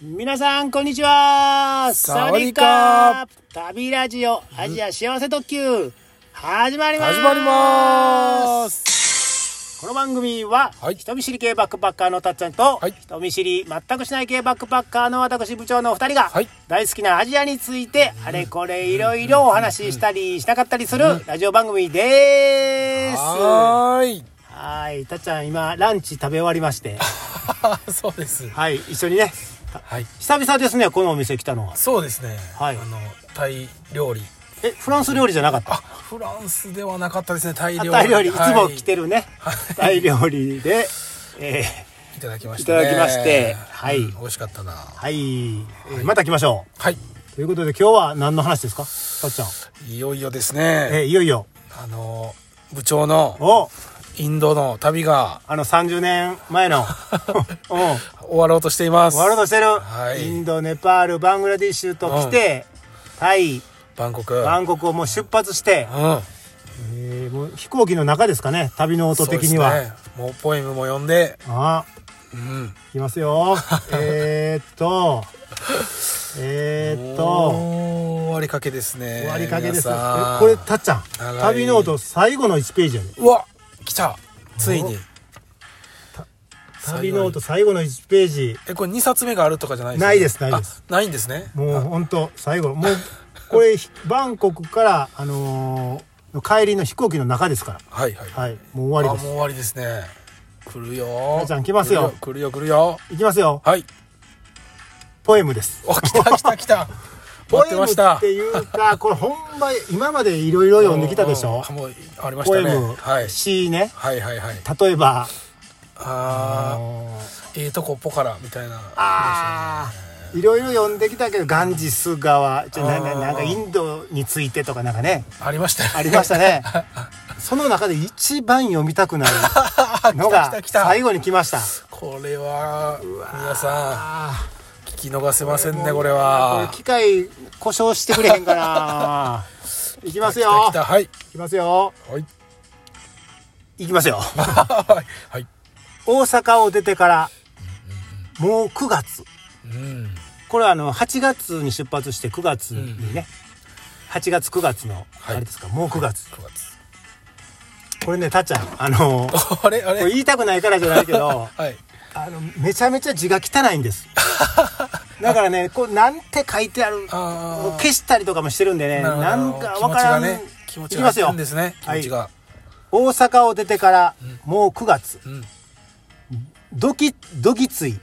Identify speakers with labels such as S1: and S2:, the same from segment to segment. S1: 皆さん、こんにちは
S2: サワディーカー
S1: 旅ラジオアジア幸せ特急始まります
S2: 始まります
S1: この番組は、
S2: はい
S1: 人見知り系バックパッカーのたっちゃんと、
S2: はい
S1: 人見知り全くしない系バックパッカーの私部長のお二人が、
S2: はい
S1: 大好きなアジアについてあれこれいろいろお話ししたりしなかったりするラジオ番組です。は
S2: はーい
S1: い、たっちゃん今ランチ食べ終わりま して、
S2: そうです
S1: はい、一緒にね、
S2: はい
S1: 久々ですね、このお店来たのは。
S2: そうですね、
S1: はい
S2: あのタイ料理
S1: え、フランス料理じゃなかった
S2: あフランスではなかったですねタイ料理
S1: タイ料理、いつ
S2: は
S1: も来てるね
S2: はい。
S1: タイ料理で、え
S2: いただきました、ね、
S1: いただきましてはい
S2: うん美味しかったな
S1: ーはい、えーまた来ましょ。
S2: はいう
S1: ということで今日は何の話ですかたっちゃん。
S2: いよいよです
S1: えー
S2: ね
S1: いよいよ。
S2: あの部長の
S1: お
S2: インドの旅が
S1: あの30年前の。うん。
S2: 終わろうとしています
S1: ワールドしてる、
S2: はい
S1: インド、ネパール、バングラディッシュと来て、タイ、
S2: バンコク
S1: バンコクをもう出発して、
S2: うん
S1: えーもう飛行機の中ですかね、旅の音的には。
S2: そうですねもうポエムも読んで
S1: あ、
S2: うん
S1: いきます よ。えーっと、えーっと、
S2: もう終わりかけですね
S1: 終わりかけです。え
S2: 皆さん
S1: これ、たっちゃん。
S2: 長い
S1: 旅ノート最後の1ページやね。
S2: うわ来たついに
S1: 旅ノート最後の1ページ。
S2: えこれ2冊目があるとかじゃない
S1: ないですないです
S2: あないんですね
S1: もうほんと、最後。もう、これ、ひバンコクから、あのーの帰りの飛行機の中ですから。
S2: はいはい、
S1: はい。もう
S2: あ
S1: 終わり
S2: もう
S1: です。
S2: 終わりですね来るよ
S1: 母ちゃん来ますよ
S2: 来るよ来るよ
S1: いきますよ。
S2: はい
S1: ポエムです。
S2: お来た来た 来た待ってました
S1: ポエムっていうか、これほんま、今までいろいろ読んできたでしょ
S2: あもうありまし
S1: ポ
S2: た
S1: エ
S2: ね
S1: ム、
S2: はい
S1: 詩ね。
S2: はいはいはい
S1: 例えば、あ
S2: あー
S1: のー
S2: ええとこポカラみたいな
S1: ああいろいろ読んできたけどガンジス川ちょなな
S2: あー
S1: なんかインドについてとかなんかね
S2: ありましたよね
S1: ありましたねその中で一番読みたくなるの
S2: 来
S1: が
S2: た来た
S1: 最後に来ました
S2: これは皆さ
S1: あ
S2: ん聞き逃せません
S1: ー
S2: ねこれ
S1: これ
S2: は
S1: 機械故障してくれへんかな いきますよ
S2: 来た来たはい
S1: いきますよ
S2: はい
S1: いきますよ
S2: はい
S1: 大阪を出てからもう9月
S2: うん
S1: これはあの8月に出発して9月にね、8月9月のあ
S2: はい
S1: れですか、もう9月
S2: 9月
S1: これねたっちゃんあ のこ
S2: あれあれ
S1: れ言いたくないからじゃないけど
S2: はい
S1: あのめちゃめちゃ字が汚いんです だからねこうなんて書いてある
S2: あー
S1: 消したりとかもしてるんでね
S2: るほど
S1: なんかわからん、
S2: 気持
S1: い
S2: ち
S1: きますよ
S2: がね気持ちが入ってるんですね気
S1: は
S2: 持
S1: い
S2: ちが
S1: 大阪を出てからもう9月、
S2: うん
S1: ドキドキつい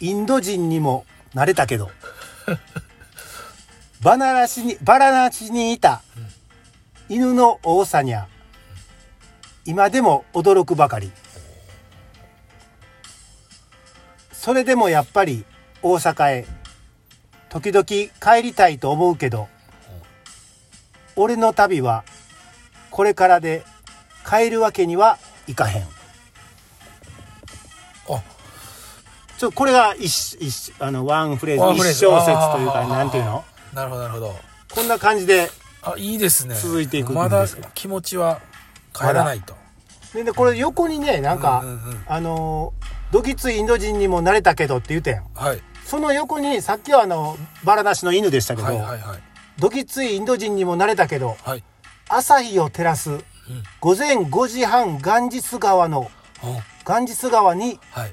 S1: インド人にもなれたけど バナラシにバラナシにいた犬の多さにゃ今でも驚くばかりそれでもやっぱり大阪へ時々帰りたいと思うけど俺の旅はこれからで帰るわけにはいかへん
S2: あ
S1: ちょこれが一一あのワンフレ
S2: ワ
S1: ー
S2: ン
S1: ズ
S2: フレー
S1: 一
S2: ズ
S1: 小節という
S2: あ
S1: か
S2: ー
S1: なんていうの
S2: なるほどなるほど
S1: こんな感じで
S2: あいいですね
S1: 続いていくん
S2: まだ
S1: ですが
S2: 気持ちは変わらないと
S1: ででこれ横にねなんか、
S2: うんうんうん
S1: あのーどぎついインド人にもなれたけどって言うてん
S2: はい
S1: その横にさっきはあのバラなしの犬でしたけど、
S2: はいはいはい
S1: どぎついインド人にもなれたけど
S2: はい
S1: 朝日を照らす午前5時半ガンジス川の
S2: うん
S1: ガンジス川に
S2: はい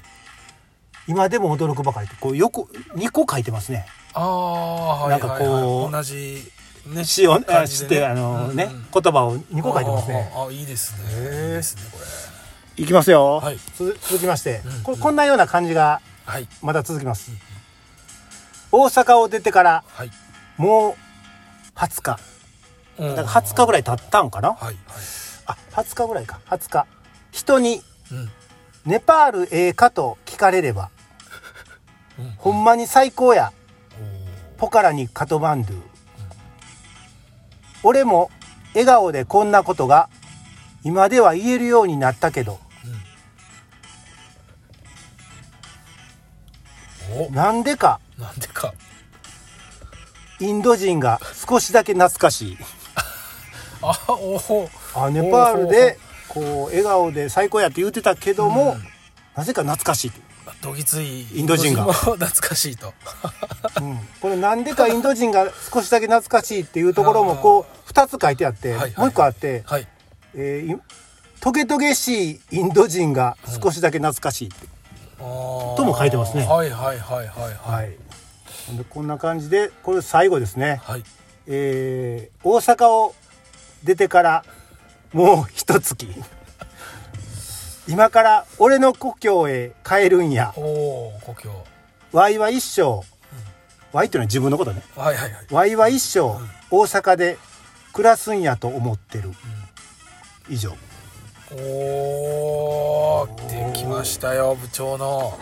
S1: 今でも驚くばかりってこう横2個書いてますね
S2: ああはいはい
S1: なん
S2: は
S1: か
S2: い
S1: こう
S2: 同じね
S1: 詩を、あ
S2: 感
S1: 知
S2: じ
S1: っ
S2: でね
S1: てあのね、
S2: うんうん
S1: 言葉を2個書いてますね
S2: あーあーいいですねいいですねこれ
S1: いきますよ、
S2: はい
S1: つ続きまして、
S2: うん
S1: ここんなような感じが
S2: はい
S1: まだ続きます、大阪を出てから
S2: はい
S1: もう20日
S2: うん
S1: だから20日ぐらい経ったんかな、
S2: はいは
S1: あ20日ぐらいか20日人に
S2: いうん
S1: 「ネパールええか?」と聞かれれば「
S2: うん
S1: ほんまに最高や
S2: おー
S1: ポカラにカトマンドゥ」俺も笑顔でこんなことが今では言えるようになったけど
S2: お
S1: なんでか
S2: なんでか
S1: インド人が少しだけ懐かしい
S2: あおお
S1: あネパールでこう笑顔で最高やって言ってたけども、なぜか懐かしいという
S2: どぎつい
S1: インド人が
S2: も懐かし いと
S1: うん、これなんでかインド人が少しだけ懐かしいっていうところもこう2つ書いてあって
S2: はいはい
S1: もう1個あって
S2: はい
S1: 「えーいトゲトゲしいインド人が少しだけ懐かしい」って、
S2: とも
S1: も書いてますね
S2: はいはいはいはいはい
S1: はい、でこんな感じでこれ最後ですね、
S2: はい
S1: えー大阪を出てからもう一月 今から俺の故郷へ帰るんや
S2: おお故郷
S1: わいは一生わいっていうのは自分のことね
S2: はいはいはい
S1: わいは一生大阪で暮らすんやと思ってる、以上
S2: おおできましたよ部長の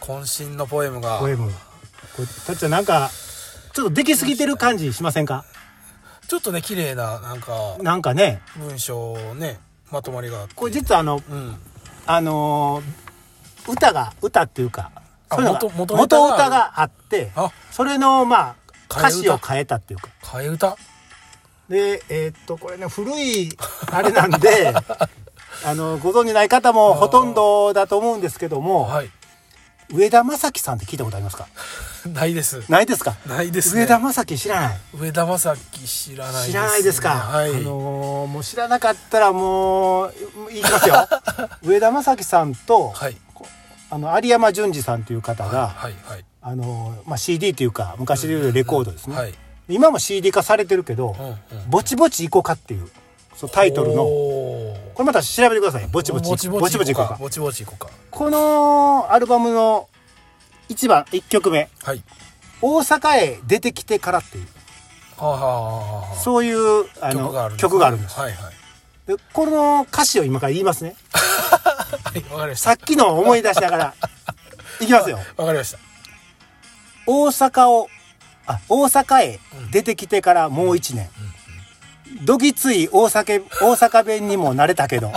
S2: 渾身のポエムが
S1: ポエムこれたっちゃんなんかちょっとできすぎてる感じしませんか
S2: ちょっとね綺麗ななんか
S1: なんかね
S2: 文章をねまとまりがあって
S1: これ実はあの
S2: うん
S1: あのー歌が歌っていうか
S2: あ
S1: そういうのが
S2: 元
S1: 元
S2: 元歌が
S1: 歌があって
S2: あ
S1: それのまあ
S2: 替え歌
S1: 歌詞を変えたっていうか
S2: 替え歌
S1: でえーっとこれね古いあれなん であのご存じない方もほとんどだと思うんですけども、
S2: はい
S1: 上田正樹さんって聞いたことありますか
S2: ないです
S1: ないですか
S2: ないですね
S1: 上田正樹知らない
S2: 上田正樹知らない
S1: 知らないですか、
S2: はい
S1: あのーもう知らなかったらもういいき ますよ上田正樹さんと、
S2: はい
S1: あの有山淳二さんという方が、
S2: はいはい
S1: あのーまあ、CD というか昔でいうレコードですね、
S2: はい
S1: 今も CD 化されてるけど
S2: うん
S1: 「ぼちぼち行こうか」っていうそうタイトルのこ
S2: おー
S1: れまた調べてください「ぼちぼち
S2: ぼちぼち行こうか
S1: ぼちぼち行こうか
S2: ぼちぼち行こう
S1: このアルバムの1番1曲目
S2: かはい
S1: 「大阪へ出てきてから」っていう
S2: はあはあはあはあ
S1: そういうあの
S2: 曲がある
S1: 曲があるんです
S2: はいはい
S1: でこの歌詞を今から言いますね
S2: はいわかりました
S1: さっきのを思い出しながらいきますよ
S2: わかりました
S1: 大阪をあ大阪へ出てきてからもう一年、どぎつい大阪大阪弁にも慣れたけ ど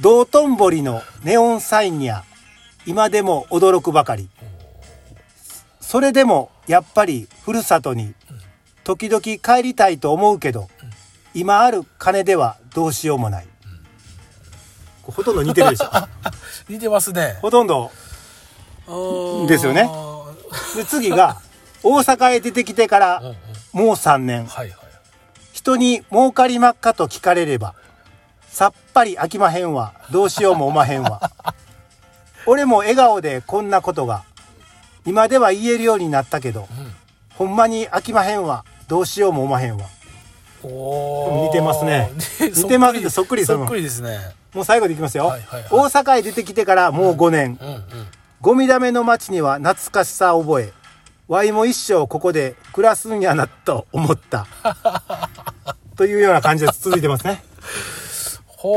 S1: 道頓堀のネオンサインには今でも驚くばかりそれでもやっぱりふるさとに時々帰りたいと思うけど今ある金ではどうしようもないこれほとんど似てるでしょ
S2: 似てますね
S1: ほとんどですよね
S2: あー
S1: で次が大阪へ出てきてから
S2: うんうん
S1: もう3年
S2: はいはい
S1: 人に儲かりまっかと聞かれればさっぱり飽きまへんわどうしようもおまへん わ俺も笑顔でこんなことが今では言えるようになったけどほんまに飽きまへんわどうしようもおまへんわ
S2: おー
S1: 似てますね似てますねそっくりそ
S2: そ
S1: の
S2: っくりですね
S1: もう最後でいきますよ、
S2: はいはいはい
S1: 大阪へ出てきてからもう5年、
S2: うんうん
S1: ゴミだめの街には懐かしさを覚え、ワイも一生ここで暮らすんやなと思 った。というような感じで続いてます ね。
S2: ほー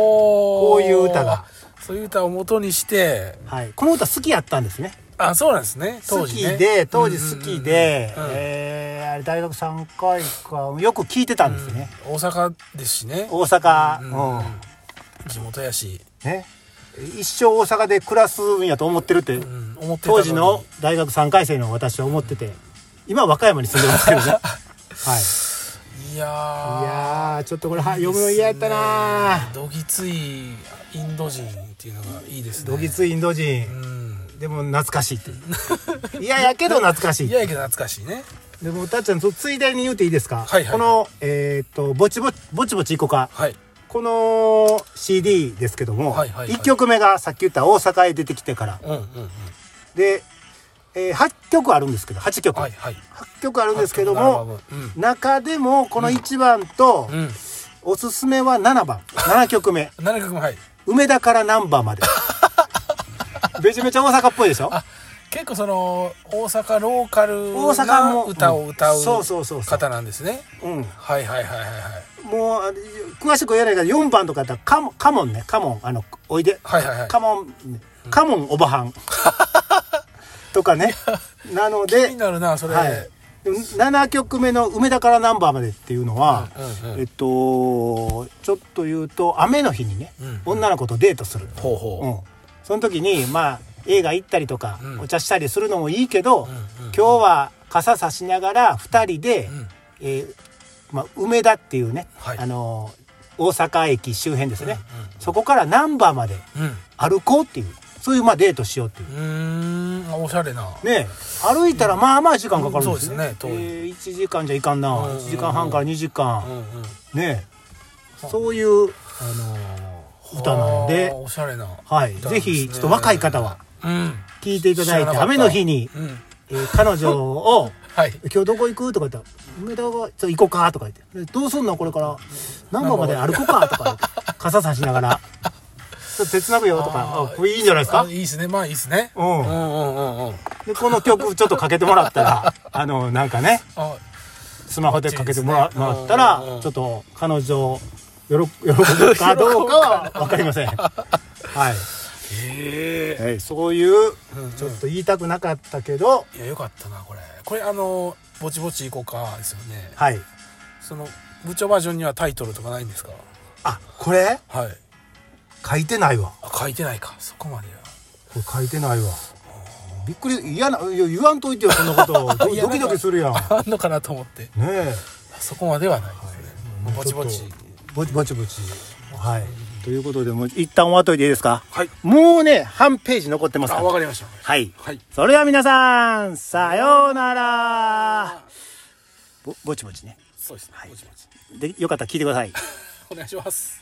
S1: こういう歌が
S2: そういう歌を元にして
S1: はい。この歌好きやったんですね。
S2: あそうなんですね当時ね
S1: 好きで、当時好きで、
S2: うんうんうんうん
S1: えー、あれ大学3回か、よく聞いてたんですよね。
S2: 大阪ですしね
S1: 大阪、うん
S2: うん地元やし、
S1: ね。一生大阪で暮らすんやと思ってるって、
S2: うん、思ってた
S1: 当時の大学3回生の私は思ってて、今は和歌山に住んでますけど ね。はい。
S2: にいや
S1: い
S2: ー
S1: やーちょっとこれは読むの嫌やったなー
S2: どぎついインド人っていうのがいいですね
S1: どぎついインド人
S2: うん
S1: でも懐かしいって いややけど懐かしい
S2: いやいやけど懐かしいね
S1: でもたっちゃんそうついでに言うていいですか、
S2: はいはい
S1: このえーっとぼちぼちぼちぼちいこうか
S2: はい
S1: この CD ですけども、
S2: はいはいはい
S1: 1曲目がさっき言った大阪へ出てきてから
S2: うんうんうん
S1: で、え8曲あるんですけど8曲、
S2: はいはい
S1: 8曲あるんですけど
S2: なる
S1: も
S2: ほどうん
S1: 中でもこの1番と、
S2: うん
S1: おすすめは7番7曲目
S2: 七曲もはい
S1: 梅田から難波 までめちゃめちゃ大阪っぽいでしょ
S2: あ結構その大阪ローカル
S1: 大阪
S2: な
S1: も
S2: 歌を歌
S1: うんそうそうそううそう
S2: 方なんですね
S1: うん
S2: はいはいはいはいはい
S1: もうあれ詳しく言えないから4番とかだったらカモカモンねカモンあのおいで、
S2: はいはいはい
S1: カモンねカモンおばは んとかねなの
S2: 気
S1: で
S2: になるなそれ、
S1: はいでも7曲目の「梅田からナンバーまで」っていうのは、
S2: うんうんうん
S1: えっとちょっと言うと雨の日にね、
S2: うん
S1: 女の子とデートする、
S2: ほうほう、
S1: うん、その時にまあ映画行ったりとか、
S2: うん
S1: お茶したりするのもいいけど、
S2: んうん
S1: 今日は傘差しながら2人で、
S2: ん
S1: えーまあ、梅田っていうね、
S2: はい
S1: あのー大阪駅周辺ですね、そこから難波まで
S2: うん
S1: 歩こうっていうそういうまあデートしようっていう
S2: うーんおしゃれな
S1: ねえ歩いたらまあまあ時間かかるんですね,、
S2: うんそうですね遠い
S1: えー1時間じゃいかんな、
S2: うん
S1: 1時間半から2時間、
S2: うんうん
S1: ねえそういう
S2: あのー
S1: 歌なんで
S2: あーおしゃれな
S1: はい、
S2: 歌な
S1: ぜ
S2: んですね
S1: ひちょっと若い方は
S2: うん
S1: 聞いていただい
S2: 知らな
S1: て
S2: かった
S1: 雨の日に、
S2: うん
S1: えー彼女を
S2: はい
S1: 「今日どこ行く?」とか言ったら「梅田がちょ行こうか」とか言って「どうすんのこれから何番まで歩こうか」とか言って傘差しながら「ちょっと手つなぐよ」とかあこれいいんじゃないです
S2: あ
S1: か
S2: いいですねまあいいですね
S1: うん
S2: うんうんうんうん
S1: でこの曲ちょっとかけてもらった らあのなんかね
S2: あ
S1: スマホでかけてもら,、
S2: こっちですね
S1: もらったら
S2: うんうんうん
S1: ちょっと彼女を喜 喜ぶかどうかは分かりませんはい、
S2: ええ
S1: はいそういう
S2: うんうん
S1: ちょっと言いたくなかったけど、
S2: いやよかったなこれこれあのーぼちぼち行こうかですよね
S1: はい
S2: その部長バージョンにはタイトルとかないんですか
S1: あこれ
S2: はい
S1: 書いてないわ
S2: あ書いてないかそこまでは
S1: これ書いてないわびっくり嫌ないや言わんといてよそんなこと ド
S2: いや
S1: ドキドキするやんね
S2: あんのかなと思って
S1: え
S2: そこまではないですねもうぼちぼち
S1: ちょっとぼちぼちぼちはいということでもう一旦終わっといていいですか
S2: はい
S1: もうね半ページ残ってますか
S2: あ
S1: ら
S2: わかりました
S1: はい、
S2: はい
S1: それでは皆さんさようならぼぼちぼちね
S2: そうですねぼちぼち
S1: でよかったら聞いてください
S2: お願いします